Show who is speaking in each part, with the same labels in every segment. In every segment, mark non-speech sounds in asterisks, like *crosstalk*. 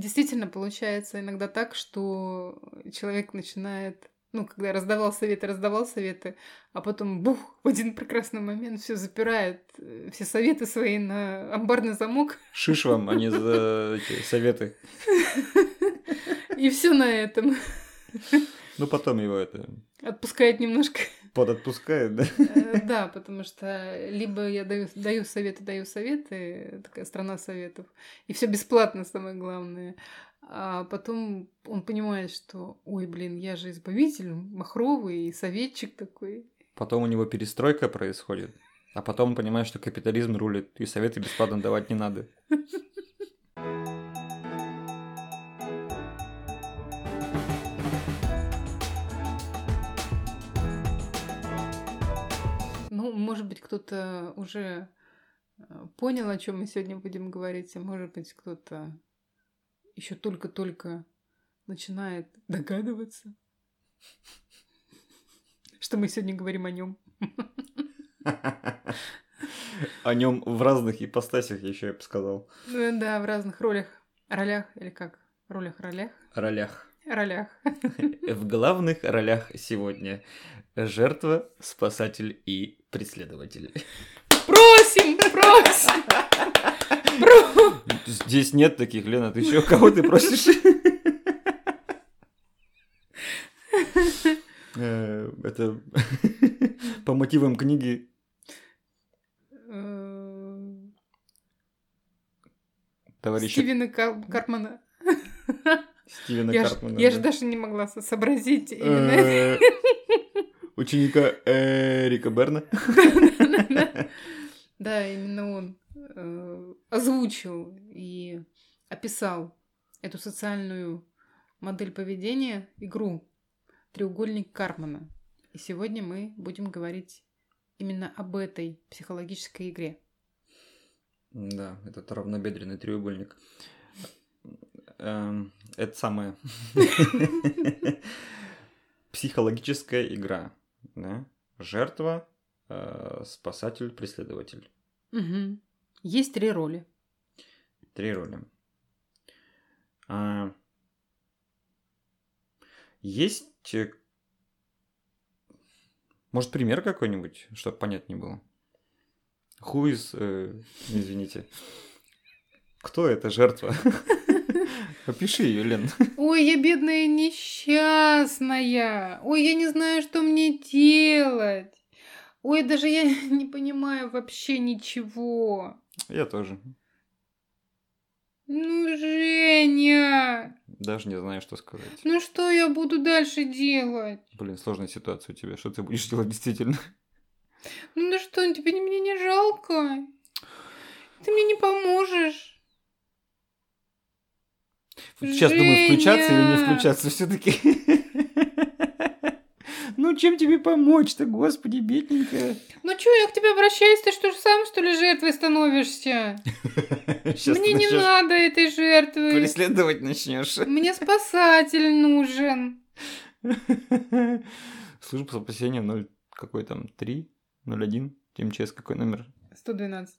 Speaker 1: действительно получается иногда так, что человек начинает ну, когда я раздавал советы, раздавал советы, а потом, бух, в один прекрасный момент все запирает, э, все советы свои на амбарный замок. *laughs*
Speaker 2: Шиш вам, а не за эти советы.
Speaker 1: И все на этом.
Speaker 2: Ну, потом его это...
Speaker 1: Отпускает немножко. Э,
Speaker 2: Подотпускает, да?
Speaker 1: Да, потому что либо я даю, даю советы, даю советы, такая страна советов, и все бесплатно, самое главное. А потом он понимает, что, ой, блин, я же избавитель, махровый и советчик такой.
Speaker 2: Потом у него перестройка происходит, а потом он понимает, что капитализм рулит, и советы бесплатно давать не надо.
Speaker 1: Ну, может быть, кто-то уже э, понял, о чем мы сегодня будем говорить, а может быть, кто-то еще только-только начинает *laughs* догадываться, *laughs* что мы сегодня говорим о нем.
Speaker 2: О нем в разных ипостасях еще я бы сказал.
Speaker 1: Ну, да, в разных ролях. Ролях или как? Ролях-ролях?
Speaker 2: Ролях.
Speaker 1: Ролях. *laughs*
Speaker 2: В главных ролях сегодня жертва, спасатель и преследователь.
Speaker 1: Просим, *laughs* просим! Просим!
Speaker 2: Здесь нет таких, Лена, ты еще кого ты просишь? Э, Это *laughs* по мотивам книги.
Speaker 1: Э,
Speaker 2: Товарища
Speaker 1: Стивена Кар- Карпмана.
Speaker 2: Стивена
Speaker 1: Я, ж-
Speaker 2: Карпмана.
Speaker 1: я
Speaker 2: да.
Speaker 1: же даже не могла со- сообразить именно это.
Speaker 2: Э, *laughs* Ученика Эрика Берна.
Speaker 1: *laughs* Да, именно он э, озвучил и описал эту социальную модель поведения, игру «Треугольник Кармана». И сегодня мы будем говорить именно об этой психологической игре.
Speaker 2: Да, этот равнобедренный треугольник. Эм, Это самое. *laughs* Психологическая игра. да? Жертва, э, спасатель, преследователь.
Speaker 1: Мгм. Есть три роли.
Speaker 2: Три роли. А, Есть... э, Может, пример какой-нибудь, чтобы понятнее было? Who is... э, *laughs* извините. Кто эта жертва? *laughs* Опиши ее, Лен. *laughs*
Speaker 1: Ой, я бедная несчастная. Ой, я не знаю, что мне делать. Ой, даже я *laughs* не понимаю вообще ничего.
Speaker 2: Я тоже.
Speaker 1: Ну, Женя,
Speaker 2: Даже не знаю, что сказать.
Speaker 1: ну что я буду дальше делать?
Speaker 2: Блин, сложная ситуация у тебя. Что ты будешь делать действительно?
Speaker 1: Ну да что, тебе не- мне не жалко? Ты мне не поможешь.
Speaker 2: Сейчас думаю, включаться или не
Speaker 1: Женя!
Speaker 2: включаться все-таки. *laughs* Ну, чем тебе помочь-то, господи, бедненькая.
Speaker 1: Ну чё, я к тебе обращаюсь, ты что ж сам, что ли, жертвой становишься?
Speaker 2: Сейчас
Speaker 1: мне не надо этой жертвы.
Speaker 2: Преследовать начнешь.
Speaker 1: Мне спасатель нужен.
Speaker 2: *laughs* Служба спасения 0, какой там, 3, 01, МЧС какой номер?
Speaker 1: 112.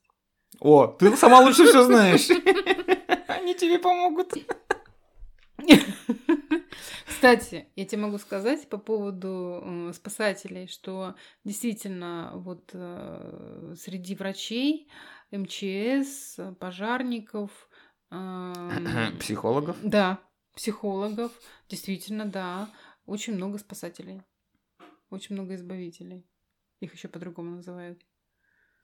Speaker 2: О, ты сама лучше все знаешь. *laughs* Они тебе помогут.
Speaker 1: *laughs* Кстати, я тебе могу сказать по поводу э, спасателей, что действительно вот э, среди врачей, МЧС, э, пожарников, эм,
Speaker 2: *clears throat* Психологов?
Speaker 1: да, психологов, действительно, да, очень много спасателей, очень много избавителей. Их еще по-другому называют.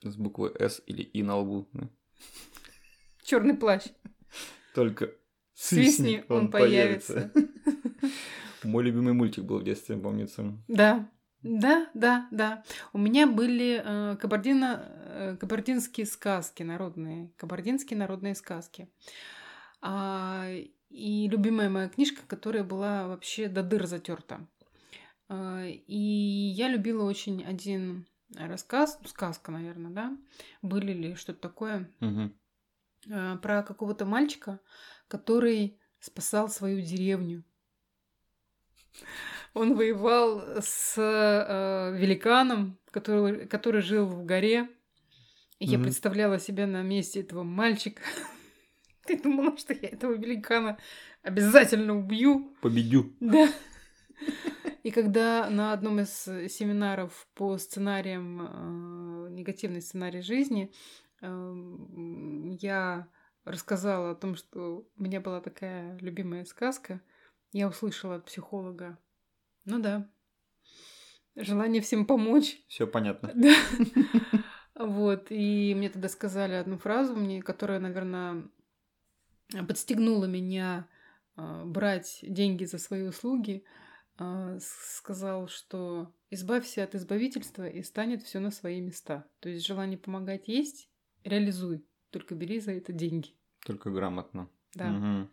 Speaker 2: С буквы С или И на лбу. да?
Speaker 1: Черный плащ.
Speaker 2: Только
Speaker 1: Свистни, он появится.
Speaker 2: Мой любимый мультик был в детстве, помнится.
Speaker 1: Да, да, да, да. У меня были э, кабардино, э, кабардинские сказки народные, кабардинские народные сказки. А, и любимая моя книжка, которая была вообще до дыр затерта. А, и я любила очень один рассказ, ну, сказка, наверное, да, были ли что-то такое,
Speaker 2: Мгм.
Speaker 1: э, про какого-то мальчика, который спасал свою деревню. Он воевал с э, великаном, который, который жил в горе. И я
Speaker 2: Мгм.
Speaker 1: представляла себя на месте этого мальчика, *laughs* Ты думала, что я этого великана обязательно убью?
Speaker 2: Победю.
Speaker 1: Да. *laughs* И когда на одном из э, семинаров по сценариям, э, негативный сценарий жизни, э, я рассказала о том, что у меня была такая любимая сказка, я услышала от психолога. Ну да, желание всем помочь.
Speaker 2: Все понятно.
Speaker 1: Да. Вот, и мне тогда сказали одну фразу, мне, которая, наверное, подстегнула меня э, брать деньги за свои услуги. Э, с- Сказал, что избавься от избавительства и станет все на свои места. То есть желание помогать есть, реализуй, только бери за это деньги.
Speaker 2: Только грамотно.
Speaker 1: Да.
Speaker 2: Мгм.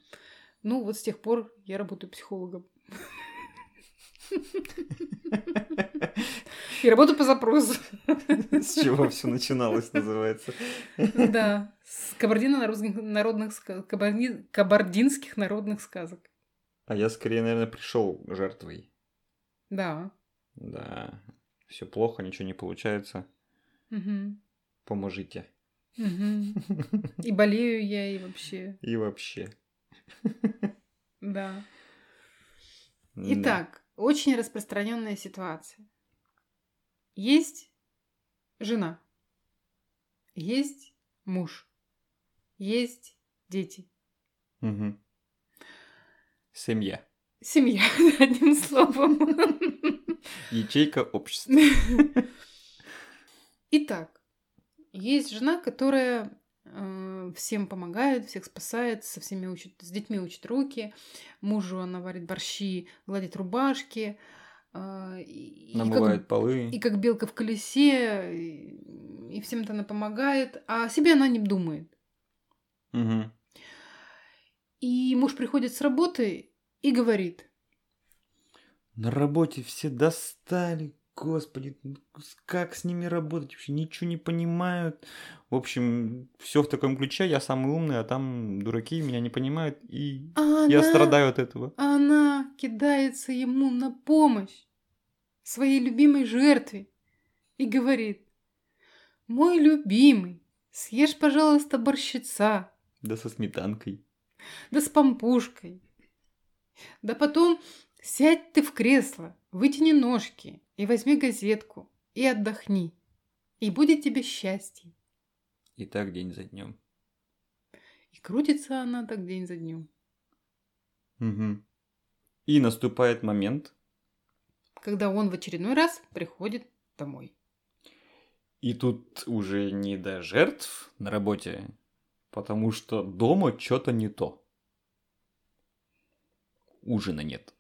Speaker 1: Ну вот с тех пор я работаю психологом. И работаю по запросу.
Speaker 2: С чего все начиналось, называется.
Speaker 1: Ну Да, с кабардино-народных народных ска- кабарни- кабардинских народных сказок.
Speaker 2: А я скорее, наверное, пришел жертвой.
Speaker 1: Да.
Speaker 2: Да. Все плохо, ничего не получается.
Speaker 1: Мгм.
Speaker 2: Поможите.
Speaker 1: Мгм. И болею я, и вообще.
Speaker 2: И вообще.
Speaker 1: Да.
Speaker 2: М-да.
Speaker 1: Итак, очень распространенная ситуация. Есть жена. Есть муж. Есть дети.
Speaker 2: Мгм. Семья.
Speaker 1: Семья, *laughs* одним словом.
Speaker 2: Ячейка общества.
Speaker 1: *laughs* Итак, есть жена, которая э, всем помогает, всех спасает, со всеми учит, с детьми учит руки, мужу она варит борщи, гладит рубашки, э, и, и
Speaker 2: Намывает
Speaker 1: как,
Speaker 2: полы.
Speaker 1: и как белка в колесе, и, и всем-то она помогает, а о себе она не думает.
Speaker 2: Мгм.
Speaker 1: И муж приходит с работы и говорит,
Speaker 2: На работе все достали. Господи, ну с- как с ними работать? Вообще ничего не понимают. В общем, все в таком ключе. Я самый умный, а там дураки меня не понимают. И
Speaker 1: «А она,
Speaker 2: я страдаю от этого.
Speaker 1: она кидается ему на помощь, своей любимой жертве, и говорит, «Мой любимый, съешь, пожалуйста, борщица,
Speaker 2: Да со сметанкой.
Speaker 1: да с пампушкой, да потом сядь ты в кресло, вытяни ножки и возьми газетку и отдохни, и будет тебе счастье».
Speaker 2: И так день за днем.
Speaker 1: И крутится она так день за днем.
Speaker 2: И наступает момент,
Speaker 1: Когда он в очередной раз приходит домой.
Speaker 2: и тут уже не до жертв на работе, потому что дома что-то не то. Ужина нет.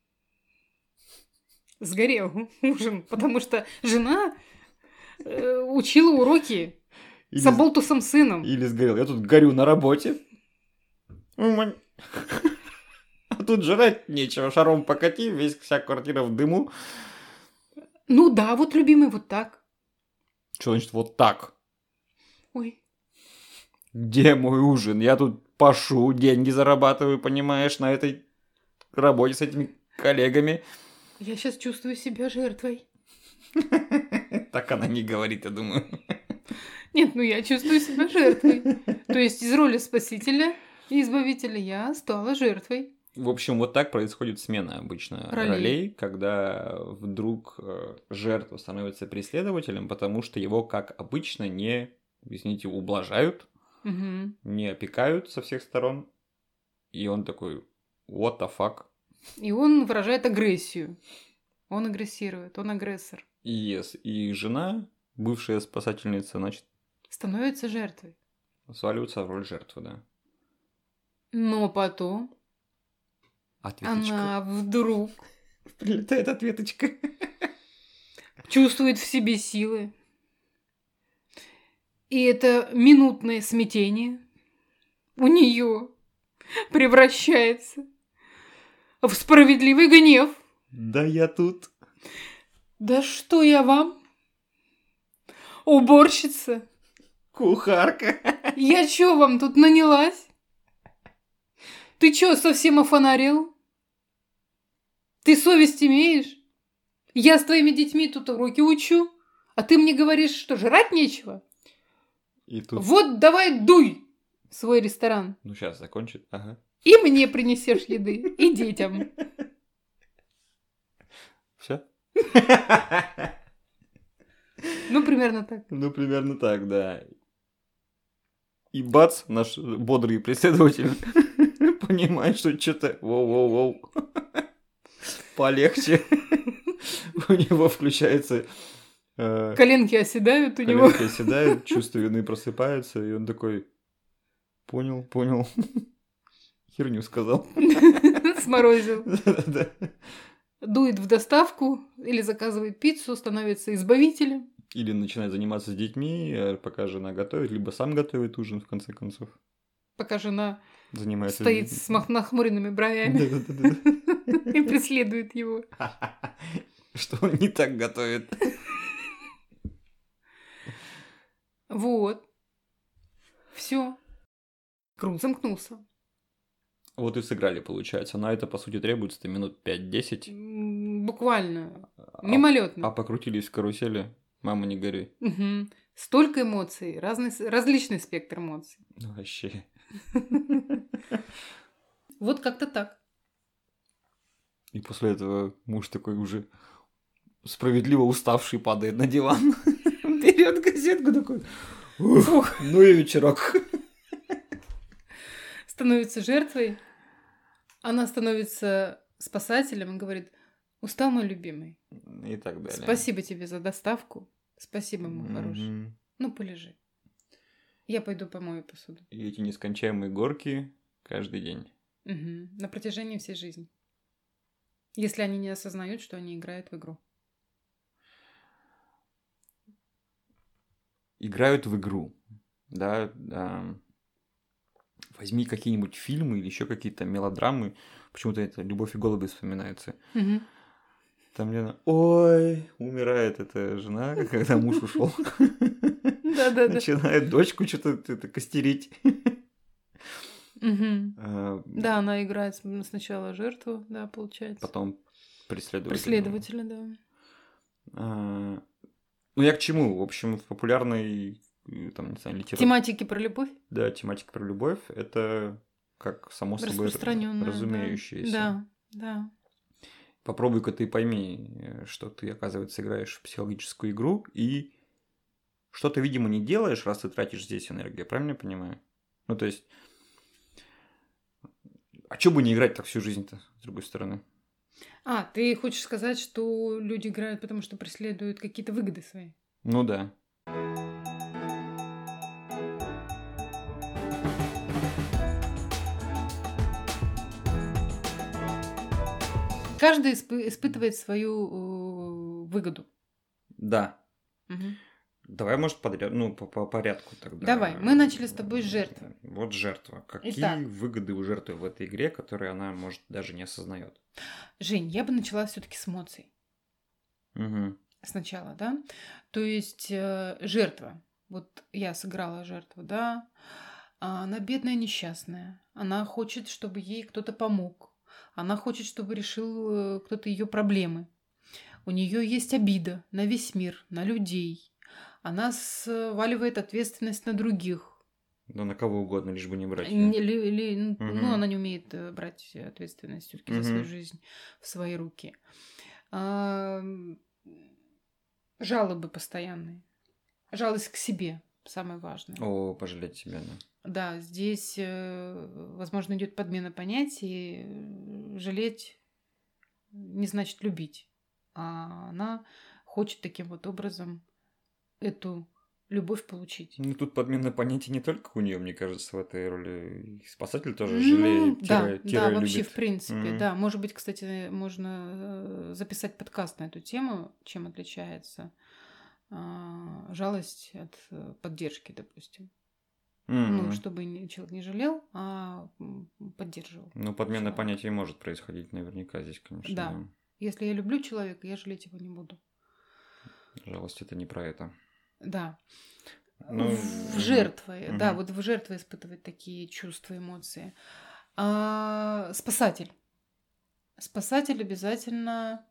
Speaker 1: сгорел *laughs* ужин, потому что жена э, учила уроки
Speaker 2: Или,
Speaker 1: с оболтусом сыном.
Speaker 2: или сгорел. Я тут горю на работе. Умань. *laughs* А тут жрать нечего. Шаром покати, весь вся квартира в дыму.
Speaker 1: Ну да, вот любимый вот так.
Speaker 2: Что значит вот так?
Speaker 1: Ой,
Speaker 2: Где мой ужин? Я тут пашу, деньги зарабатываю, понимаешь, на этой работе с этими коллегами. *laughs*
Speaker 1: я сейчас чувствую себя жертвой.
Speaker 2: Так она не говорит, я думаю.
Speaker 1: Нет, ну я чувствую себя жертвой. То есть из роли спасителя и избавителя я стала жертвой.
Speaker 2: В общем, вот так происходит смена обычно
Speaker 1: Ролей.
Speaker 2: ролей, когда вдруг э, жертва становится преследователем, потому что его, как обычно, не, извините, ублажают,
Speaker 1: Мгм.
Speaker 2: не опекают со всех сторон. И он такой, what the fuck?
Speaker 1: И он выражает агрессию. Он агрессирует, он агрессор.
Speaker 2: И, ес- и жена, бывшая спасательница, значит,
Speaker 1: Становится жертвой.
Speaker 2: сваливается в роль жертвы, да.
Speaker 1: Но потом
Speaker 2: Ответочка.
Speaker 1: она вдруг
Speaker 2: *laughs* Прилетает ответочка.
Speaker 1: чувствует в себе силы. И это минутное смятение у нее превращается в справедливый гнев.
Speaker 2: Да я тут.
Speaker 1: Да что я вам? Уборщица?
Speaker 2: Кухарка.
Speaker 1: Я чё вам тут нанялась? Ты чё, совсем офонарел? Ты совесть имеешь? Я с твоими детьми тут уроки учу, а ты мне говоришь, что жрать нечего?
Speaker 2: И тут
Speaker 1: Вот давай дуй! свой ресторан.
Speaker 2: Ну, сейчас закончит. Ага.
Speaker 1: И мне принесешь еды, и детям.
Speaker 2: Все?
Speaker 1: Ну, примерно так.
Speaker 2: Ну, примерно так, да. И бац, наш бодрый преследователь *laughs* понимает, что что-то... Воу-воу-воу. *laughs* Полегче. *laughs* У него включается... э,
Speaker 1: Коленки оседают у него.
Speaker 2: Коленки оседают, чувство вины просыпается, и он такой... Понял, понял. *laughs* Херню сказал. *laughs*
Speaker 1: *laughs* Сморозил.
Speaker 2: Да-да-да.
Speaker 1: Дует в доставку или заказывает пиццу, становится избавителем.
Speaker 2: Или начинает заниматься с детьми, э, пока жена готовит, либо сам готовит ужин, в конце концов.
Speaker 1: Пока жена
Speaker 2: Занимается...
Speaker 1: стоит с мах- нахмуренными бровями
Speaker 2: Да-да-да-да.
Speaker 1: *laughs* и преследует его.
Speaker 2: *laughs* Что он не так готовит.
Speaker 1: Вот. Все. Круг замкнулся.
Speaker 2: Вот и сыграли, получается. На это, по сути, требуется минут 5-10.
Speaker 1: М, Буквально.
Speaker 2: А- А,
Speaker 1: Мимолетно.
Speaker 2: покрутились в карусели. Мама, не гори.
Speaker 1: Мгм. Столько эмоций, разный, с- различный спектр эмоций.
Speaker 2: Ну, вообще.
Speaker 1: Вот как-то так.
Speaker 2: И после этого муж такой уже справедливо уставший падает на диван. Берет газетку такой. Ух, ну и вечерок.
Speaker 1: Становится жертвой, она становится спасателем и говорит, устал мой любимый,
Speaker 2: И так далее.
Speaker 1: спасибо тебе за доставку, спасибо, мой хороший,
Speaker 2: Мгм.
Speaker 1: ну полежи. Я пойду помою посуду.
Speaker 2: И эти нескончаемые горки каждый день.
Speaker 1: Мгм. На протяжении всей жизни. Если они не осознают, что они играют в игру.
Speaker 2: играют в игру, да, а, возьми какие-нибудь фильмы или еще какие-то мелодрамы, почему-то это «Любовь и голуби» вспоминается.
Speaker 1: Мгм.
Speaker 2: Там Лена, ой, умирает эта жена, когда муж ушел,
Speaker 1: *laughs*
Speaker 2: Ну,
Speaker 1: Да-да-да.
Speaker 2: начинает дочку что-то это костерить.
Speaker 1: Мгм.
Speaker 2: А,
Speaker 1: Да, она играет с- сначала жертву, да, получается.
Speaker 2: Потом преследовать.
Speaker 1: Преследователя, да.
Speaker 2: Ну я к чему? В общем, в популярной э, там, не знаю, литературе.
Speaker 1: Тематики про любовь
Speaker 2: Да, тематика про любовь это как само собой
Speaker 1: распространенная. да.
Speaker 2: разумеющееся.
Speaker 1: Да, да.
Speaker 2: Попробуй-ка ты пойми, э, что ты, оказывается, играешь в психологическую игру, и что ты, видимо, не делаешь, раз ты тратишь здесь энергию, правильно я понимаю? Ну, то есть, а чё бы не играть так всю жизнь-то, с другой стороны?
Speaker 1: А, ты хочешь сказать, что люди играют, потому что преследуют какие-то выгоды свои?
Speaker 2: Ну да.
Speaker 1: Каждый испы- испытывает свою э, выгоду.
Speaker 2: Да.
Speaker 1: Мгм.
Speaker 2: Давай, может, подряд, ну, по, по порядку тогда.
Speaker 1: Давай, мы начали с тобой с жертвы.
Speaker 2: Вот жертва. Какие
Speaker 1: Итак.
Speaker 2: выгоды у жертвы в этой игре, которые она, может, даже не осознает?
Speaker 1: Жень, я бы начала все-таки с эмоций.
Speaker 2: Угу.
Speaker 1: сначала, да, то есть э, жертва. Вот я сыграла жертву, да, А она бедная, несчастная, она хочет, чтобы ей кто-то помог, она хочет, чтобы решил э, кто-то ее проблемы. У нее есть обида на весь мир, на людей. Она сваливает ответственность на других.
Speaker 2: Да на кого угодно, лишь бы не брать. её.
Speaker 1: Не- ли- ли- ну,
Speaker 2: Мгм.
Speaker 1: ну, она не умеет э, брать ответственность все-таки за свою
Speaker 2: Мгм.
Speaker 1: жизнь в свои руки. А, м, жалобы постоянные. Жалость к себе самое важное.
Speaker 2: О, пожалеть себя, да.
Speaker 1: Да, здесь, э, возможно, идет подмена понятий. Э, Жалеть не значит любить. А она хочет таким вот образом эту любовь получить.
Speaker 2: Ну, тут подмена понятий не только у нее, мне кажется, в этой роли. И спасатель тоже
Speaker 1: Ну,
Speaker 2: жалеет,
Speaker 1: да,
Speaker 2: тире-
Speaker 1: да,
Speaker 2: тире
Speaker 1: вообще
Speaker 2: любит.
Speaker 1: в принципе,
Speaker 2: Мгм.
Speaker 1: да. Может быть, кстати, можно э, записать подкаст на эту тему, чем отличается а, жалость от э, поддержки, допустим.
Speaker 2: Мгм.
Speaker 1: Ну, чтобы не- человек не жалел, а м, поддерживал.
Speaker 2: Ну, подмена
Speaker 1: Человек.
Speaker 2: понятий может происходить наверняка здесь, конечно.
Speaker 1: Да. Если я люблю человека, я жалеть его не буду.
Speaker 2: да. Жалость это не про это.
Speaker 1: Да.
Speaker 2: Ну,
Speaker 1: в жертвы, да,
Speaker 2: мгм.
Speaker 1: вот в жертвы испытывать такие чувства, эмоции. А, спасатель. Спасатель обязательно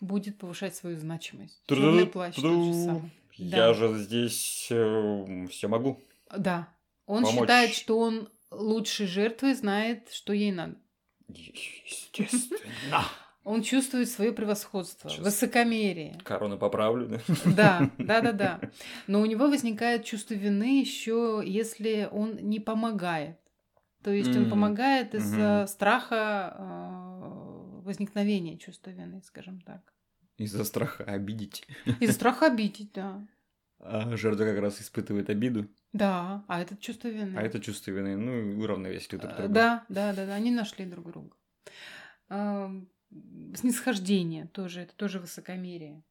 Speaker 1: будет повышать свою значимость.
Speaker 2: Тру-
Speaker 1: Черный плащ тот же
Speaker 2: тру.
Speaker 1: самый.
Speaker 2: Я
Speaker 1: Да.
Speaker 2: же здесь все э, могу.
Speaker 1: Да. Он
Speaker 2: Помочь.
Speaker 1: считает, что он лучше жертвы знает, что ей надо. *laughs*
Speaker 2: Естественно.
Speaker 1: Он чувствует свое превосходство,
Speaker 2: Чувств-
Speaker 1: высокомерие.
Speaker 2: Корону поправлю, да?
Speaker 1: Да, да, да, да. Но у него возникает чувство вины еще, если он не помогает. То есть он
Speaker 2: М,
Speaker 1: помогает из-за
Speaker 2: мгм.
Speaker 1: страха э, возникновения чувства вины, скажем так.
Speaker 2: Из-за страха обидеть.
Speaker 1: Из-за страха обидеть, да.
Speaker 2: А жертва как раз испытывает обиду,
Speaker 1: Да, а это чувство вины.
Speaker 2: а это чувство вины, ну, и уравновесили друг
Speaker 1: Э,
Speaker 2: друга.
Speaker 1: Да, да, да, да, они нашли друг друга. А, Снисхождение тоже, это тоже высокомерие.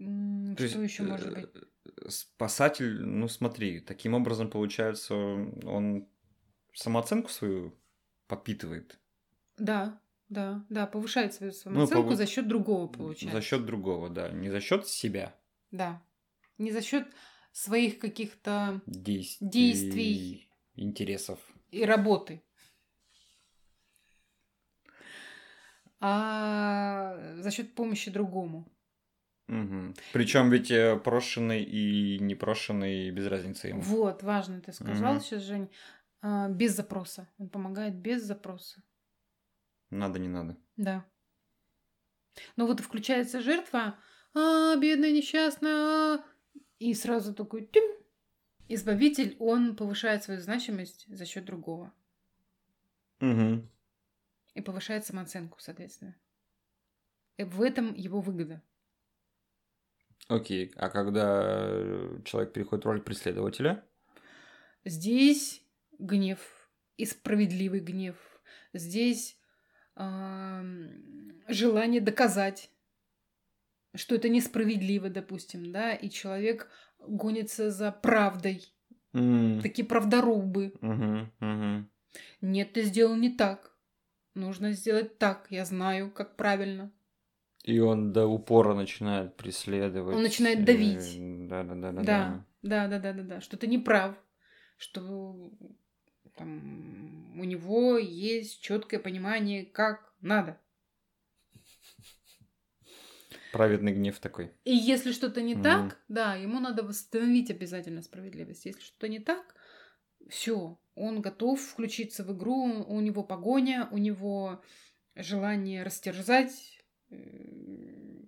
Speaker 1: М,
Speaker 2: То есть,
Speaker 1: А Что еще может быть?
Speaker 2: э, Спасатель, ну смотри, таким образом получается, он самооценку свою подпитывает.
Speaker 1: Да, да, да, повышает свою
Speaker 2: Ну,
Speaker 1: самооценку
Speaker 2: повы-
Speaker 1: за счет другого получается.
Speaker 2: За счет другого, да, не за счет себя
Speaker 1: Да. Не за счет своих каких-то
Speaker 2: действий,
Speaker 1: Действий.
Speaker 2: интересов.
Speaker 1: и работы. А за счет помощи другому.
Speaker 2: Причем ведь э, прошенный и непрошенный без разницы ему.
Speaker 1: Вот, важно ты сказал
Speaker 2: Мгм.
Speaker 1: сейчас, Жень. А, без запроса. Он помогает без запроса.
Speaker 2: Надо, не надо.
Speaker 1: Да. Но вот и включается жертва. А, бедная, несчастная. а». И сразу такой тюм. Избавитель, он повышает свою значимость за счет другого.
Speaker 2: Мгм.
Speaker 1: И повышает самооценку, соответственно. И в этом его выгода.
Speaker 2: Окей, а когда э, человек переходит в роль преследователя,
Speaker 1: Здесь гнев и справедливый гнев. Здесь ам, желание доказать, что это несправедливо, допустим, да, и человек гонится за правдой.
Speaker 2: М.
Speaker 1: Такие правдорубы.
Speaker 2: Мгм, мгм.
Speaker 1: Нет, ты сделал не так. Нужно сделать так. Я знаю, как правильно.
Speaker 2: И он до упора начинает преследовать. э,
Speaker 1: Он начинает давить.
Speaker 2: Да, да, Ну да, да.
Speaker 1: Да, да, да, да, да, да. Что ты не прав, что там у него есть четкое понимание, как надо.
Speaker 2: Праведный гнев такой.
Speaker 1: И если что-то не
Speaker 2: Мгм.
Speaker 1: так, да, ему надо восстановить обязательно справедливость. Если что-то не так, все, он готов включиться в игру, у него погоня, у него желание растерзать, э,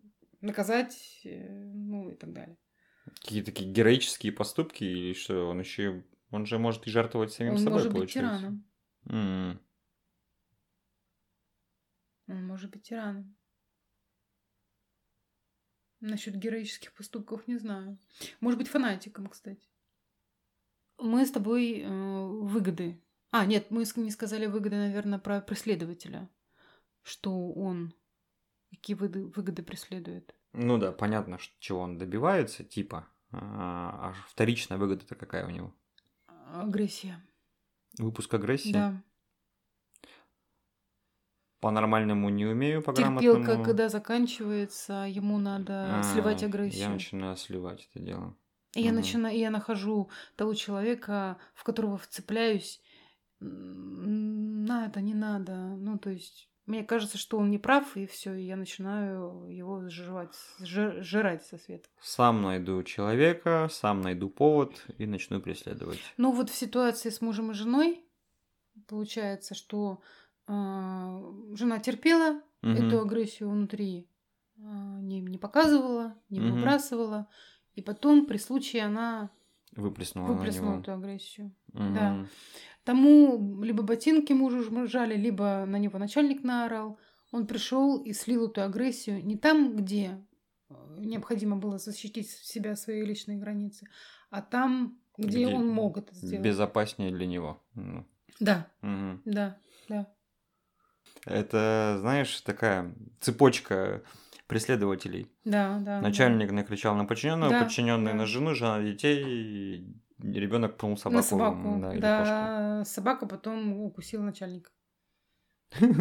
Speaker 1: наказать, э, ну и так далее.
Speaker 2: Какие-то такие героические поступки, или что он еще. Он же может и жертвовать самим
Speaker 1: он
Speaker 2: собой,
Speaker 1: может быть
Speaker 2: получается.
Speaker 1: тираном.
Speaker 2: М.
Speaker 1: Он может быть тираном. Насчет героических поступков не знаю. Может быть, фанатиком, кстати. Мы с тобой э, выгоды. А, нет, мы с- не сказали выгоды, наверное, про преследователя. Что он, какие выды- выгоды преследует.
Speaker 2: Ну да, понятно, ш- чего он добивается, типа. А а вторичная выгода-то какая у него?
Speaker 1: Агрессия.
Speaker 2: Выпуск агрессии.
Speaker 1: Да.
Speaker 2: По-нормальному не умею, по
Speaker 1: Терпелка,
Speaker 2: грамотному-
Speaker 1: когда заканчивается, ему надо
Speaker 2: А,
Speaker 1: сливать агрессию.
Speaker 2: Я начинаю сливать это дело.
Speaker 1: И я
Speaker 2: Мгм.
Speaker 1: начинаю, и я нахожу того человека, в которого вцепляюсь. М, Надо, не надо. Ну, то есть, мне кажется, что он не прав, и все, и я начинаю его жрать, жр- жрать со света.
Speaker 2: Сам найду человека, сам найду повод и начну преследовать.
Speaker 1: Ну, вот в ситуации с мужем и женой получается, что э, жена терпела
Speaker 2: Мгм.
Speaker 1: эту агрессию внутри, э, не, не показывала, не
Speaker 2: Мгм.
Speaker 1: выбрасывала, и потом при случае она
Speaker 2: Выплеснула, на
Speaker 1: выплеснула
Speaker 2: него.
Speaker 1: эту агрессию.
Speaker 2: Мгм.
Speaker 1: да. Тому либо ботинки мужу жмыжали, либо на него начальник наорал. Он пришел и слил эту агрессию не там, где э, необходимо было защитить себя, свои личные границы, а там, где,
Speaker 2: Где
Speaker 1: он мог это сделать.
Speaker 2: Безопаснее для него. Ну,
Speaker 1: Да,
Speaker 2: мгм.
Speaker 1: да, да.
Speaker 2: Это, знаешь, такая цепочка преследователей.
Speaker 1: Да, да.
Speaker 2: Начальник накричал на подчиненного,
Speaker 1: Да,
Speaker 2: подчиненный
Speaker 1: да.
Speaker 2: на жену, жена на детей, ребенок пнул
Speaker 1: да.
Speaker 2: собаку.
Speaker 1: На собаку.
Speaker 2: Да,
Speaker 1: Да,
Speaker 2: или
Speaker 1: собака потом укусила начальника. *laughs*
Speaker 2: кошку.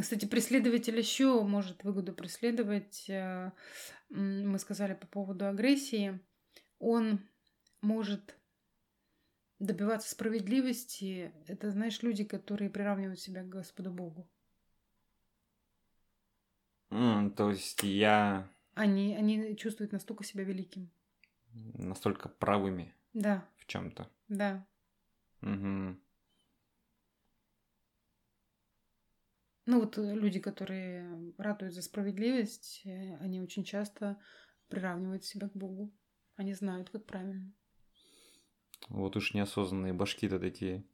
Speaker 1: Кстати, преследователь еще может выгоду преследовать. э, м, Мы сказали по поводу агрессии. Он может добиваться справедливости. Это, знаешь, люди, которые приравнивают себя к Господу Богу.
Speaker 2: М, То есть я...
Speaker 1: Они, они чувствуют настолько себя великим.
Speaker 2: настолько правыми
Speaker 1: Да,
Speaker 2: в чем-то.
Speaker 1: да.
Speaker 2: Мгм.
Speaker 1: Ну вот э, люди, которые радуют за справедливость, э, они очень часто приравнивают себя к Богу. Они знают, как правильно.
Speaker 2: Вот уж неосознанные башки-то такие.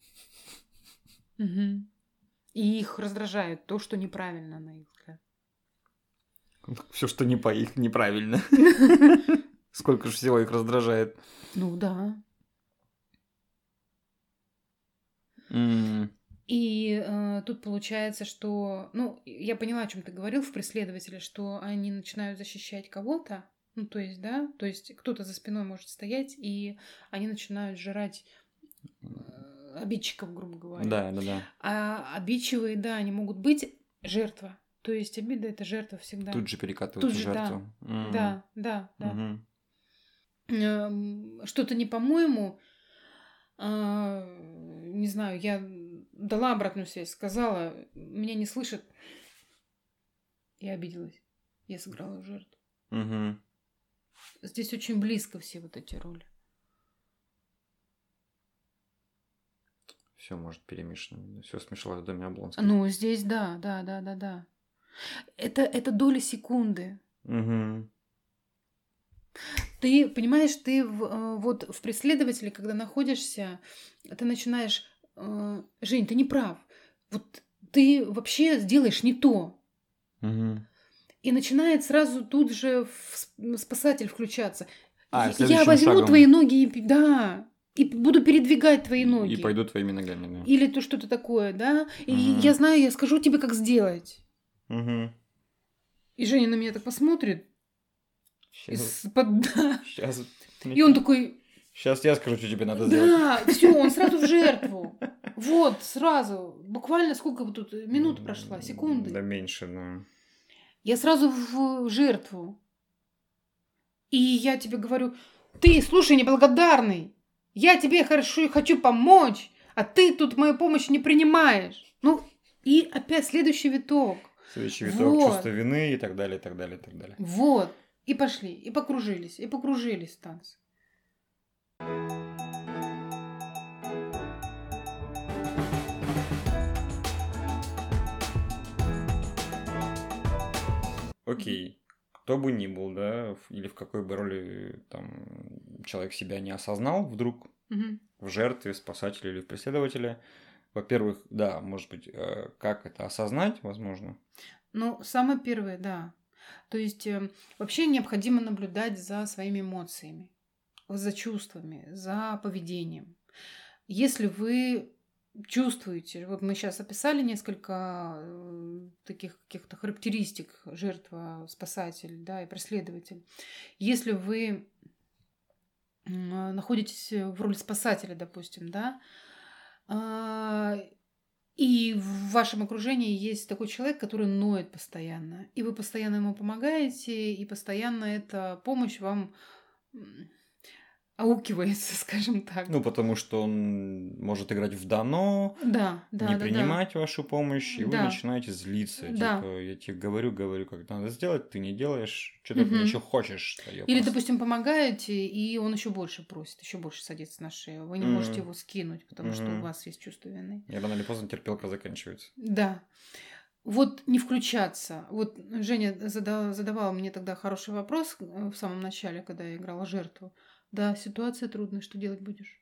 Speaker 2: *laughs*
Speaker 1: Мгм. И их раздражает то, что неправильно, на их взгляд.
Speaker 2: Все, что не по их, неправильно. *laughs*
Speaker 1: *laughs*
Speaker 2: Сколько же всего их раздражает.
Speaker 1: Ну да.
Speaker 2: М,
Speaker 1: И э, тут получается, что, ну, я поняла, о чем ты говорил в преследователе, что они начинают защищать кого-то, ну, то есть, да, то есть кто-то за спиной может стоять, и они начинают жрать э, обидчиков, грубо говоря.
Speaker 2: Да, да, да.
Speaker 1: А обидчивые, да, они могут быть жертва. То есть обида это жертва всегда.
Speaker 2: Тут же перекатывают
Speaker 1: Тут же, да.
Speaker 2: жертву. М,
Speaker 1: Да, да, да.
Speaker 2: мгм.
Speaker 1: Эм, Что-то не по-моему. а, Не знаю, я дала обратную связь, сказала, меня не слышат. Я обиделась. Я сыграла в жертву.
Speaker 2: Мгм.
Speaker 1: Здесь очень близко все вот эти роли.
Speaker 2: Все может перемешано. Все смешалось в доме Облонских.
Speaker 1: Ну, здесь да, да, да, да, да. Это, это доли секунды.
Speaker 2: Мгм.
Speaker 1: Ты понимаешь, ты в, э, вот в преследователе, когда находишься, ты начинаешь, э, Жень, ты не прав. Вот ты вообще сделаешь не то.
Speaker 2: Мгм.
Speaker 1: И начинает сразу тут же вс- м, спасатель включаться.
Speaker 2: А,
Speaker 1: Я- Я
Speaker 2: следующим
Speaker 1: возьму
Speaker 2: шагом.
Speaker 1: твои ноги и п- да, и п- буду передвигать твои ноги.
Speaker 2: И пойду твоими ногами. да.
Speaker 1: Или то что-то такое, да. И
Speaker 2: Мгм.
Speaker 1: я знаю, я скажу тебе, как сделать.
Speaker 2: Мгм.
Speaker 1: И Женя на меня так посмотрит
Speaker 2: Щас-
Speaker 1: из-под- да.
Speaker 2: щас-
Speaker 1: *laughs* И он такой,
Speaker 2: Сейчас я скажу, что тебе надо сделать.
Speaker 1: Да, все, он сразу
Speaker 2: *laughs*
Speaker 1: в жертву. Вот, сразу. Буквально сколько вот тут минут прошла,
Speaker 2: Да
Speaker 1: секунды.
Speaker 2: меньше, да.
Speaker 1: Я сразу в жертву. И я тебе говорю, ты, слушай, неблагодарный. Я тебе хорошо и хочу помочь, а ты тут мою помощь не принимаешь. Ну, и опять следующий виток.
Speaker 2: Следующий виток
Speaker 1: Вот.
Speaker 2: чувство вины и так далее, и так далее, и так далее.
Speaker 1: Вот. И пошли, и покружились, и покружились танцы.
Speaker 2: Окей. Кто бы ни был, да, в- или в какой бы роли там человек себя не осознал вдруг
Speaker 1: Мгм.
Speaker 2: в жертве, спасателе или в преследователе, во-первых, да, может быть, э, как это осознать, возможно.
Speaker 1: Ну, самое первое, да. То есть э, вообще необходимо наблюдать за своими эмоциями, вот за чувствами, за поведением. Если вы чувствуете, вот мы сейчас описали несколько э, таких каких-то характеристик жертва, спасатель, да, и преследователь. Если вы м, находитесь в роли спасателя, допустим, да, а, и в вашем окружении есть такой человек, который ноет постоянно, и вы постоянно ему помогаете, и постоянно эта помощь вам м, аукивается, *laughs* скажем так.
Speaker 2: Ну, потому что он может играть в дано,
Speaker 1: да, да,
Speaker 2: не
Speaker 1: да, да.
Speaker 2: принимать вашу помощь, и вы
Speaker 1: Да.
Speaker 2: начинаете злиться.
Speaker 1: Да.
Speaker 2: Типа, я тебе говорю, говорю, как надо сделать, ты не делаешь, что ты от меня
Speaker 1: Мгм.
Speaker 2: ещё хочешь. да ёпрст.
Speaker 1: Или, допустим, помогаете, и он еще больше просит, еще больше садится на шею. Вы не
Speaker 2: Мгм.
Speaker 1: можете его скинуть, потому что
Speaker 2: Мгм.
Speaker 1: у вас есть чувство вины.
Speaker 2: И рано или поздно терпелка заканчивается.
Speaker 1: Да. Вот не включаться. Вот Женя зада- задавала мне тогда хороший вопрос э, в самом начале, когда я играла жертву. Да, ситуация трудная, что делать будешь?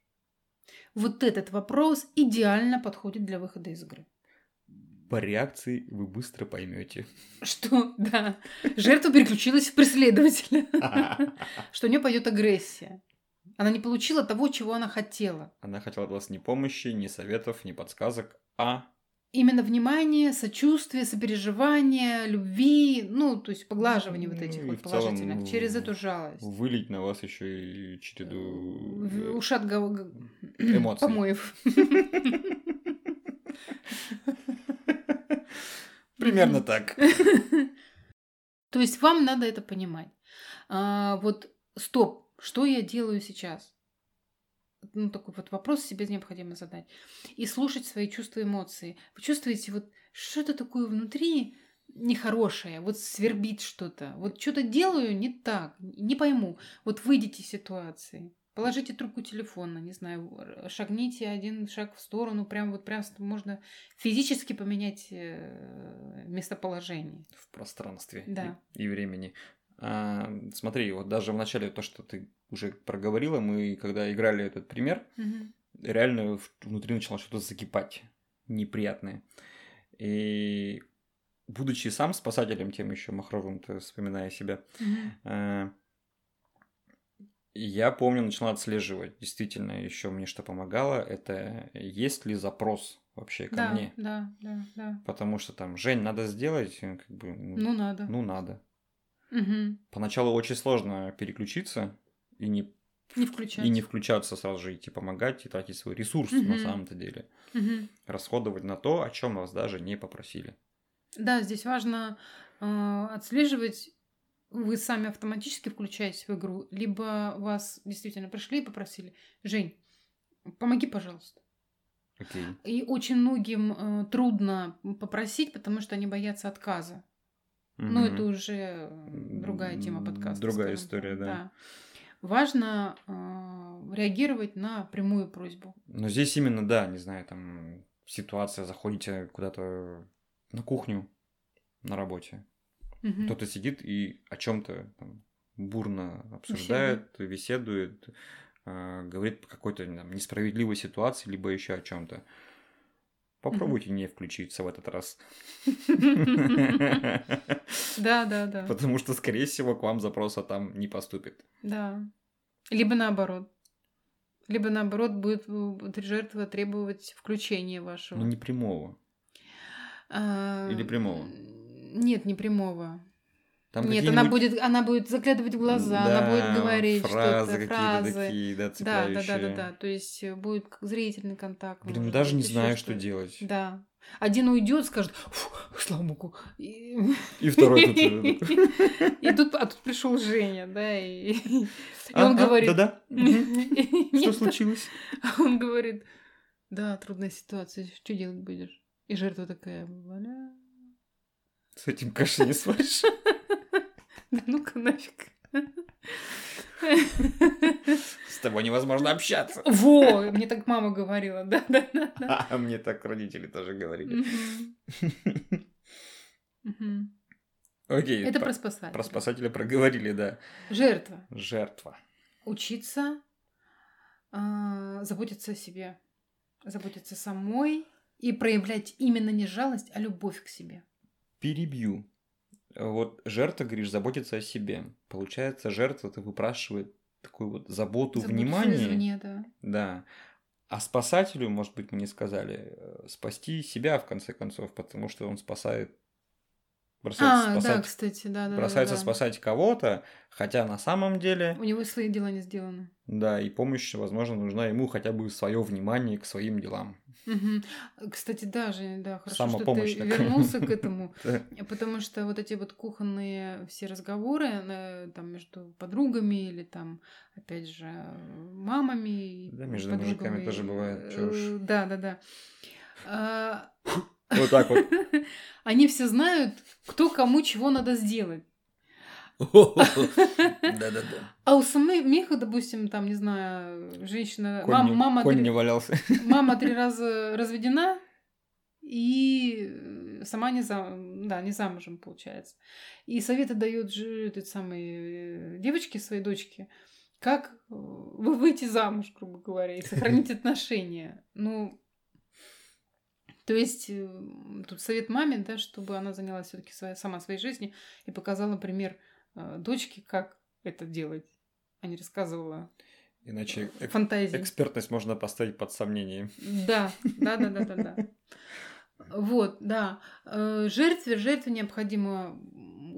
Speaker 1: Вот этот вопрос идеально подходит для выхода из игры.
Speaker 2: По реакции вы быстро поймете.
Speaker 1: Что, да, жертва переключилась в преследователя, *laughs* что у нее пойдет агрессия. Она не получила того, чего она хотела.
Speaker 2: Она хотела от вас ни помощи, ни советов, ни подсказок, а
Speaker 1: Именно внимание, сочувствие, сопереживание, любви, ну, то есть поглаживание вот
Speaker 2: Ну,
Speaker 1: этих
Speaker 2: и
Speaker 1: вот
Speaker 2: в целом,
Speaker 1: положительных через
Speaker 2: в-
Speaker 1: эту жалость.
Speaker 2: вылить на вас еще и череду... э,
Speaker 1: В- Ушат гов- г-
Speaker 2: Эмоций. *laughs*
Speaker 1: помоев.
Speaker 2: Примерно так.
Speaker 1: *laughs* То есть вам надо это понимать. А, вот стоп, что я делаю сейчас? Ну, такой вот вопрос себе необходимо задать. И слушать свои чувства и эмоции. Вы чувствуете вот что-то такое внутри, нехорошее, вот свербит что-то, вот что-то делаю не так, не пойму. Вот выйдите из ситуации, положите трубку телефона, не знаю, шагните один шаг в сторону, прям вот прям можно физически поменять э, местоположение.
Speaker 2: в пространстве
Speaker 1: Да.
Speaker 2: и, и времени. А, смотри, вот даже в начале то, что ты уже проговорила, мы когда играли этот пример,
Speaker 1: Мгм.
Speaker 2: реально в- внутри начало что-то закипать неприятное. И будучи сам спасателем, тем еще махровым, то вспоминая себя,
Speaker 1: Мгм.
Speaker 2: э, я помню, начала отслеживать. Действительно, еще мне что помогало, это есть ли запрос вообще ко
Speaker 1: Да,
Speaker 2: мне.
Speaker 1: да, да, да.
Speaker 2: Потому что там, Жень, надо сделать, э, как бы, ну,
Speaker 1: Ну надо.
Speaker 2: ну надо.
Speaker 1: Мгм.
Speaker 2: Поначалу очень сложно переключиться и не,
Speaker 1: Не включать.
Speaker 2: и не включаться сразу же, идти помогать и тратить свой ресурс на
Speaker 1: Мгм.
Speaker 2: самом-то деле.
Speaker 1: Мгм.
Speaker 2: Расходовать на то, о чем вас даже не попросили.
Speaker 1: Да, здесь важно э, отслеживать. Вы сами автоматически включаетесь в игру, либо вас действительно пришли и попросили, Жень, помоги, пожалуйста.
Speaker 2: Окей.
Speaker 1: И очень многим э, трудно попросить, потому что они боятся отказа. Но
Speaker 2: Мгм.
Speaker 1: Ну, это уже э, другая тема
Speaker 2: М,
Speaker 1: подкаста. скажем
Speaker 2: другая
Speaker 1: так,
Speaker 2: история, да.
Speaker 1: Важно э, реагировать на прямую просьбу.
Speaker 2: Но здесь именно, да, не знаю, там ситуация, заходите куда-то на кухню на работе.
Speaker 1: Мгм.
Speaker 2: Кто-то сидит и о чем-то бурно обсуждает, беседует, а, говорит по какой-то не знаю, несправедливой ситуации, либо еще о чем-то. Попробуйте не включиться в этот раз.
Speaker 1: *laughs* Да, да, *laughs* да.
Speaker 2: Потому что, скорее всего, к вам запроса там не поступит.
Speaker 1: Да. Либо наоборот. Либо наоборот будет м, будет жертва требовать включения вашего.
Speaker 2: Ну, не прямого.
Speaker 1: А,
Speaker 2: или прямого?
Speaker 1: Нет, не прямого.
Speaker 2: Там
Speaker 1: Нет, она
Speaker 2: какие-нибудь,
Speaker 1: будет, она будет заглядывать в глаза, она
Speaker 2: да,
Speaker 1: будет говорить
Speaker 2: фразы
Speaker 1: что-то,
Speaker 2: какие-то
Speaker 1: фразы.
Speaker 2: такие, да,
Speaker 1: да, да, да, да,
Speaker 2: цепляющие.
Speaker 1: да. То есть э, будет к- зритель контакт.
Speaker 2: Блин, ну
Speaker 1: может
Speaker 2: даже
Speaker 1: быть,
Speaker 2: не
Speaker 1: ещё
Speaker 2: знаю, что
Speaker 1: что-то.
Speaker 2: делать.
Speaker 1: Да. Один уйдет, скажет, «Фу, слава богу. И...
Speaker 2: И второй тут...
Speaker 1: *laughs* И тут, а тут пришел Женя, да, и, *laughs* и
Speaker 2: А,
Speaker 1: он
Speaker 2: а,
Speaker 1: говорит,
Speaker 2: Да-да. Мгм. Что
Speaker 1: *laughs* Нет,
Speaker 2: случилось?
Speaker 1: а он говорит, да, трудная ситуация, что делать будешь? И жертва такая, бля,
Speaker 2: С этим каши не сваришь.
Speaker 1: да ну-ка нафиг. *laughs*
Speaker 2: С тобой невозможно общаться.
Speaker 1: Во, мне так мама говорила, да, да, да, да.
Speaker 2: А мне так родители тоже говорили. *laughs*
Speaker 1: Мгм. Мгм.
Speaker 2: Окей.
Speaker 1: Это
Speaker 2: про-
Speaker 1: про спасателя.
Speaker 2: про спасателя проговорили, да.
Speaker 1: Жертва.
Speaker 2: Жертва.
Speaker 1: Учиться, а, заботиться о себе, заботиться самой и проявлять именно не жалость, а любовь к себе.
Speaker 2: Перебью. Вот жертва, говоришь, заботится о себе. Получается, жертва-то выпрашивает такую вот заботу,
Speaker 1: Заботиться
Speaker 2: внимание.
Speaker 1: извне, да.
Speaker 2: Да. А спасателю, может быть, мы не сказали, э, спасти себя в конце концов, потому что он спасает, бросается,
Speaker 1: А, да,
Speaker 2: спасать,
Speaker 1: кстати, да, да. да,
Speaker 2: бросается
Speaker 1: да, да.
Speaker 2: спасать кого-то, хотя на самом деле,
Speaker 1: У него свои дела не сделаны.
Speaker 2: да, и помощь, возможно, нужна ему хотя бы свое внимание к своим делам.
Speaker 1: Мгм. Кстати, даже, да, хорошо, что ты
Speaker 2: Самопомощь такая.
Speaker 1: вернулся к этому,
Speaker 2: Да.
Speaker 1: потому что вот эти вот кухонные все разговоры э, там между подругами или там, опять же, мамами. и
Speaker 2: Да, между
Speaker 1: подругами,
Speaker 2: мужиками тоже бывает, чё уж.
Speaker 1: э, Да, да, да. А, *laughs*
Speaker 2: Вот так вот.
Speaker 1: Они все знают, кто кому чего надо сделать.
Speaker 2: Да-да-да.
Speaker 1: А у самой меха, допустим, там, не знаю, женщина,
Speaker 2: Конь
Speaker 1: мам-
Speaker 2: не-
Speaker 1: мама
Speaker 2: Конь
Speaker 1: три-
Speaker 2: не валялся.
Speaker 1: Мама три раза разведена и э, сама не, зам... да, не замужем, получается. И советы дает же этот самый э, девочке, своей дочке, как э, вы выйти замуж, грубо говоря, и сохранить отношения. Ну, то есть э, тут совет маме, да, чтобы она занялась все-таки сама своей жизнью и показала пример э, дочке, как это делать, а не рассказывала
Speaker 2: Иначе эк-
Speaker 1: фантазии.
Speaker 2: экспертность можно поставить под сомнение.
Speaker 1: Да, да, да, да, да, да. Вот, да. Э, Жертве, жертве необходимо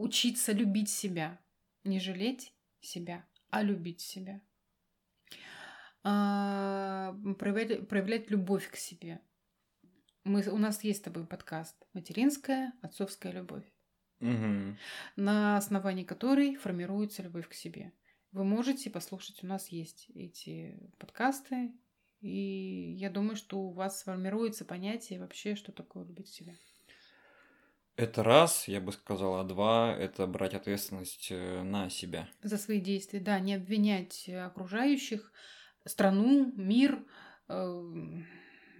Speaker 1: учиться любить себя. Не жалеть себя, а любить себя. А, Проявлять, проявлять любовь к себе. Мы, у нас есть с тобой подкаст «Материнская, отцовская любовь»,
Speaker 2: Мгм.
Speaker 1: на основании которой формируется любовь к себе. Вы можете послушать, у нас есть эти подкасты, и я думаю, что у вас сформируется понятие вообще, что такое любить себя.
Speaker 2: Это раз, я бы сказал, а два – это брать ответственность э, на себя.
Speaker 1: за свои действия, да, не обвинять э, окружающих, страну, мир, э,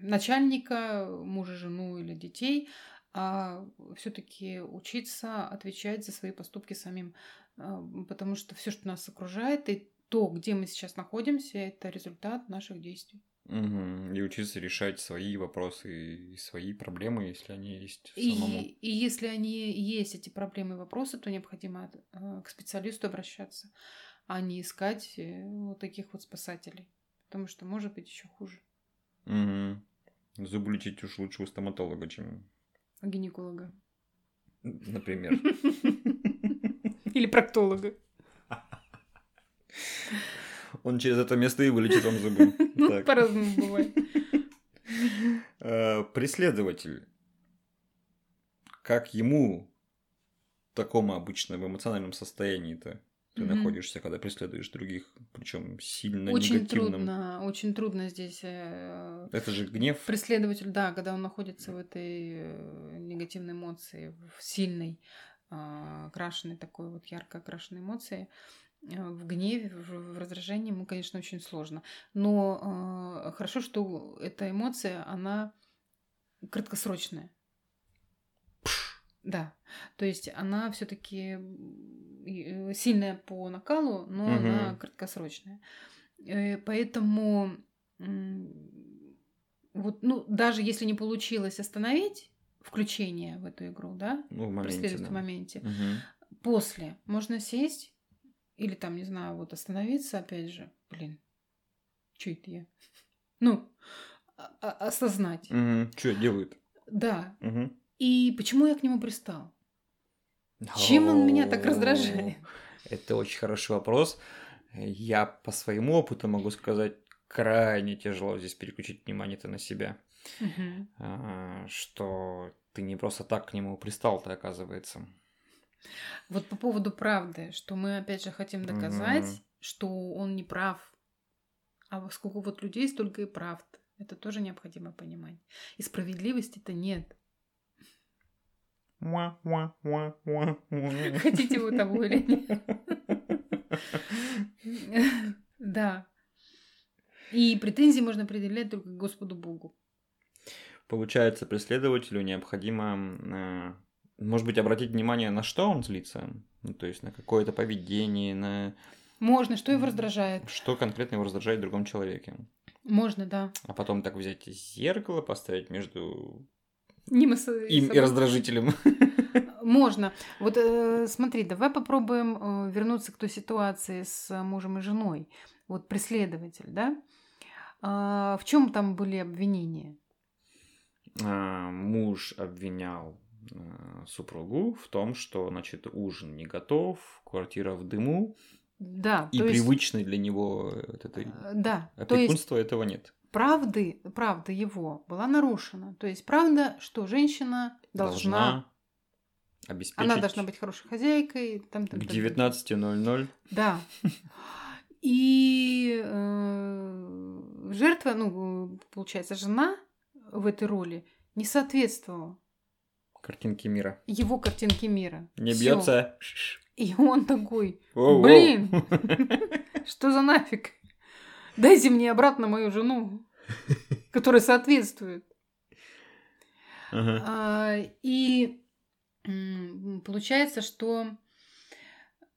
Speaker 1: начальника, мужа, жену или детей, а все-таки учиться отвечать за свои поступки самим, Э, потому что все, что нас окружает, и то, где мы сейчас находимся, это результат наших действий.
Speaker 2: Мгм. И учиться решать свои вопросы и свои проблемы, если они есть
Speaker 1: И,
Speaker 2: самому.
Speaker 1: и если они есть эти проблемы и вопросы, то необходимо от- э, к специалисту обращаться, а не искать э, вот таких вот спасателей, потому что может быть еще хуже.
Speaker 2: Мгм. Зубы лечить уж лучше у стоматолога, чем,
Speaker 1: гинеколога.
Speaker 2: *laughs* например.
Speaker 1: Или проктолога.
Speaker 2: Он через это место и вылечит
Speaker 1: *laughs*
Speaker 2: вам зубы.
Speaker 1: Ну,
Speaker 2: Так.
Speaker 1: по-разному бывает.
Speaker 2: Э, Преследователь. Как ему в таком обычно в эмоциональном состоянии-то ты
Speaker 1: Мгм.
Speaker 2: находишься, когда преследуешь других, причем сильно
Speaker 1: Очень
Speaker 2: негативном?
Speaker 1: трудно, очень трудно здесь э,
Speaker 2: Это же гнев.
Speaker 1: преследователь, да, когда он находится в этой э, негативной эмоции, в сильной, э, крашенной такой вот ярко окрашенной эмоции, э, в гневе, в в раздражении, ему, конечно, очень сложно. Но э, хорошо, что эта эмоция, она краткосрочная. Да, то есть она все-таки сильная по накалу, но
Speaker 2: Мгм.
Speaker 1: она краткосрочная. Э, Поэтому м, вот, ну, даже если не получилось остановить включение в эту игру, да,
Speaker 2: Ну, в
Speaker 1: в
Speaker 2: моменте.
Speaker 1: преследовательском
Speaker 2: да.
Speaker 1: моменте,
Speaker 2: Мгм.
Speaker 1: после можно сесть или там, не знаю, вот остановиться опять же, блин, что это я? Ну, а- а- осознать.
Speaker 2: Мгм. Чё делают?
Speaker 1: Да,
Speaker 2: Мгм.
Speaker 1: и почему я к нему пристал? Чем он меня так
Speaker 2: О,
Speaker 1: раздражает?
Speaker 2: Это очень хороший вопрос. Я по своему опыту могу сказать, крайне тяжело здесь переключить внимание-то на себя.
Speaker 1: *laughs* Мгм.
Speaker 2: а, что ты не просто так к нему пристал, ты оказывается.
Speaker 1: Вот по поводу правды, что мы опять же хотим доказать,
Speaker 2: Мгм.
Speaker 1: что он не прав. А во сколько вот людей, столько и правд. Это тоже необходимо понимать. И справедливости-то нет. *laughs* Хотите вы того или нет. Да. И претензии можно предъявлять только к Господу Богу.
Speaker 2: *laughs* Получается, преследователю необходимо, э, может быть, обратить внимание, на что он злится. Ну, то есть на какое-то поведение, на
Speaker 1: Можно, что его раздражает.
Speaker 2: что конкретно его раздражает в другом человеке.
Speaker 1: Можно, да.
Speaker 2: А потом так взять зеркало, поставить между
Speaker 1: Ним и со- и
Speaker 2: им и
Speaker 1: собой.
Speaker 2: раздражителем.
Speaker 1: Можно. Вот э, смотри, давай попробуем э, вернуться к той ситуации с э, мужем и женой. Вот преследователь, да? А, в чем там были обвинения?
Speaker 2: а, муж обвинял а, супругу в том, что, значит, ужин не готов, квартира в дыму,
Speaker 1: Да,
Speaker 2: и А
Speaker 1: то есть,
Speaker 2: привычной для него вот этой
Speaker 1: э, да, то есть
Speaker 2: опекунства этого нет.
Speaker 1: правды, правда его была нарушена. То есть правда, что женщина должна,
Speaker 2: обеспечить
Speaker 1: она должна быть хорошей хозяйкой, там,
Speaker 2: к
Speaker 1: там, там, там.
Speaker 2: 19.00.
Speaker 1: Да. *laughs* И э, жертва, ну, получается, жена в этой роли не соответствовала
Speaker 2: Картинки мира.
Speaker 1: его картинке мира.
Speaker 2: Не
Speaker 1: Всё.
Speaker 2: бьется.
Speaker 1: И он такой,
Speaker 2: Воу-воу.
Speaker 1: Блин. *laughs* что за нафиг? Дайте мне обратно мою
Speaker 2: *laughs*
Speaker 1: жену, которая соответствует.
Speaker 2: *laughs* Ага.
Speaker 1: А, И м, получается, что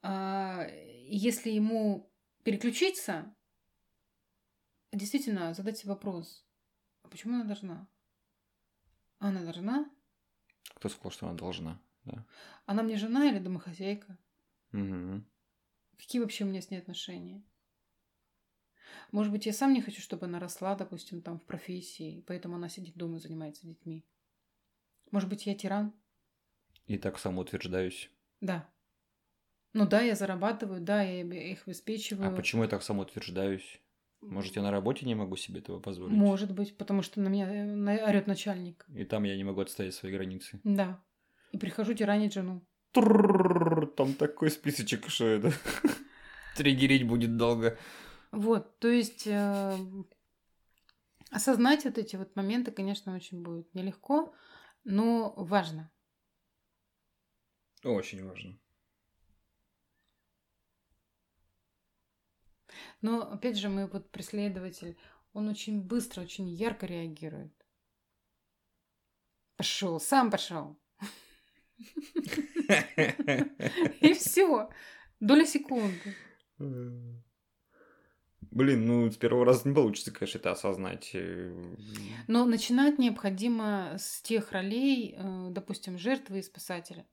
Speaker 1: а, если ему переключиться, действительно задать себе вопрос, а почему она должна? Она должна?
Speaker 2: Кто сказал, что она должна? Да.
Speaker 1: Она мне жена или домохозяйка?
Speaker 2: Мгм.
Speaker 1: Какие вообще у меня с ней отношения? Может быть, я сам не хочу, чтобы она росла, допустим, там в профессии, поэтому она сидит дома и занимается детьми. Может быть, я тиран?
Speaker 2: И так самоутверждаюсь.
Speaker 1: Да. Ну да, я зарабатываю, да, я обе- их обеспечиваю.
Speaker 2: А почему я так самоутверждаюсь? Может, я на работе не могу себе этого позволить?
Speaker 1: Может быть, потому что на меня орет начальник.
Speaker 2: И там я не могу отстоять свои границы.
Speaker 1: Да. И прихожу тиранить жену.
Speaker 2: Трррррр, Там такой списочек, что это триггерить будет долго.
Speaker 1: Вот, то есть э, осознать вот эти вот моменты, конечно, очень будет нелегко, но важно.
Speaker 2: Очень важно.
Speaker 1: Но опять же, мой вот преследователь, он очень быстро, очень ярко реагирует. Пошел, сам пошел. *laughs* И все. Доля секунды.
Speaker 2: Блин, ну с первого раза не получится, конечно, это осознать. Э,
Speaker 1: Но начинать необходимо с тех ролей, э, допустим, жертвы и спасателя.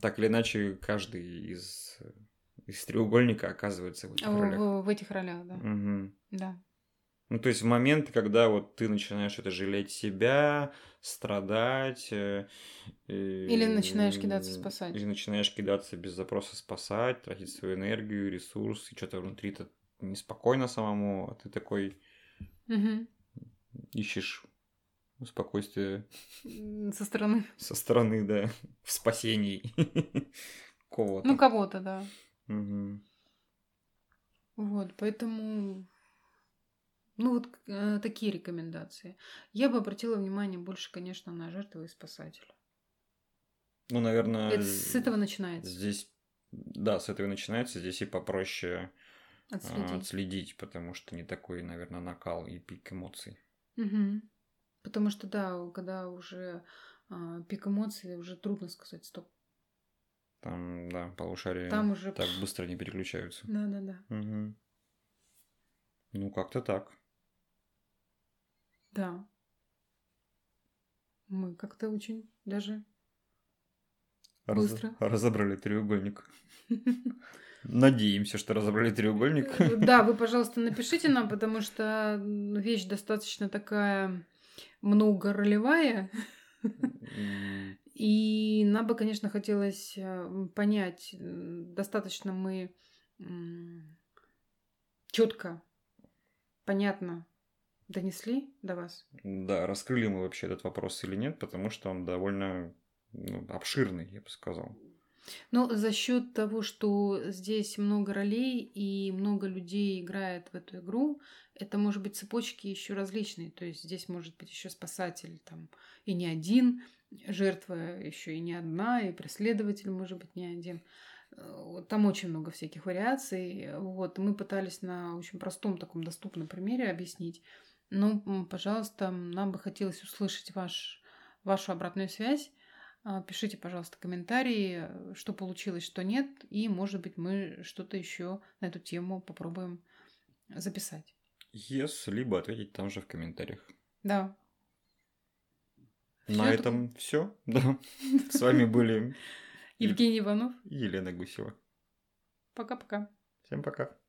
Speaker 2: Так или иначе, каждый из, из треугольника оказывается в этих ролях.
Speaker 1: В, в этих ролях, да.
Speaker 2: Мгм.
Speaker 1: да.
Speaker 2: Ну, то есть в момент, когда вот ты начинаешь это жалеть себя, страдать. Или
Speaker 1: Или начинаешь кидаться спасать.
Speaker 2: Или начинаешь кидаться без запроса спасать, тратить свою энергию, ресурс, и что-то внутри-то неспокойно самому, а ты такой
Speaker 1: Мгм.
Speaker 2: ищешь спокойствие *laughs*
Speaker 1: М, Со стороны.
Speaker 2: со стороны, да, *laughs* в спасении *laughs* кого-то.
Speaker 1: Ну, кого-то, да.
Speaker 2: Мгм.
Speaker 1: Вот, поэтому... Ну, вот э, такие рекомендации. Я бы обратила внимание больше, конечно, на жертву и спасателя.
Speaker 2: Ну, наверное,
Speaker 1: Это с этого начинается.
Speaker 2: здесь, да, с этого и начинается, здесь и попроще а,
Speaker 1: Отследить.
Speaker 2: отследить, потому что не такой, наверное, накал и пик эмоций.
Speaker 1: Мгм. Потому что, да, когда уже а, пик эмоций, уже трудно сказать стоп.
Speaker 2: Там, да, полушария
Speaker 1: Там уже...
Speaker 2: так быстро не переключаются.
Speaker 1: Да-да-да.
Speaker 2: Мгм. Ну, как-то так.
Speaker 1: Да. Мы как-то очень даже...
Speaker 2: Раз-
Speaker 1: Быстро. *laughs*
Speaker 2: Разобрали треугольник. Надеемся, что разобрали треугольник.
Speaker 1: Э, Да, вы, пожалуйста, напишите нам, потому что ну, вещь достаточно такая многоролевая. э.
Speaker 2: М,
Speaker 1: И нам бы, конечно, хотелось э, понять, м, достаточно мы четко, понятно донесли до вас.
Speaker 2: Да, раскрыли мы вообще этот вопрос или нет, потому что он довольно ну, обширный, я бы сказал.
Speaker 1: Но Ну, за счет того, что здесь много ролей и много людей играет в эту игру, это может быть цепочки еще различные. То есть здесь может быть еще спасатель там и не один, жертва еще и не одна, и преследователь может быть не один. Э, вот Там очень много всяких вариаций. Вот мы пытались на очень простом таком доступном примере объяснить. Но, м, пожалуйста, нам бы хотелось услышать ваш, вашу обратную связь. А, Пишите, пожалуйста, комментарии, э, что получилось, что нет, и, может быть, мы что-то еще на эту тему попробуем записать.
Speaker 2: Yes, либо ответить там же в комментариях.
Speaker 1: Да.
Speaker 2: На
Speaker 1: Всё,
Speaker 2: этом все. Да. С вами были
Speaker 1: Евгений Иванов.
Speaker 2: Елена Гусева.
Speaker 1: Пока-пока.
Speaker 2: Всем пока.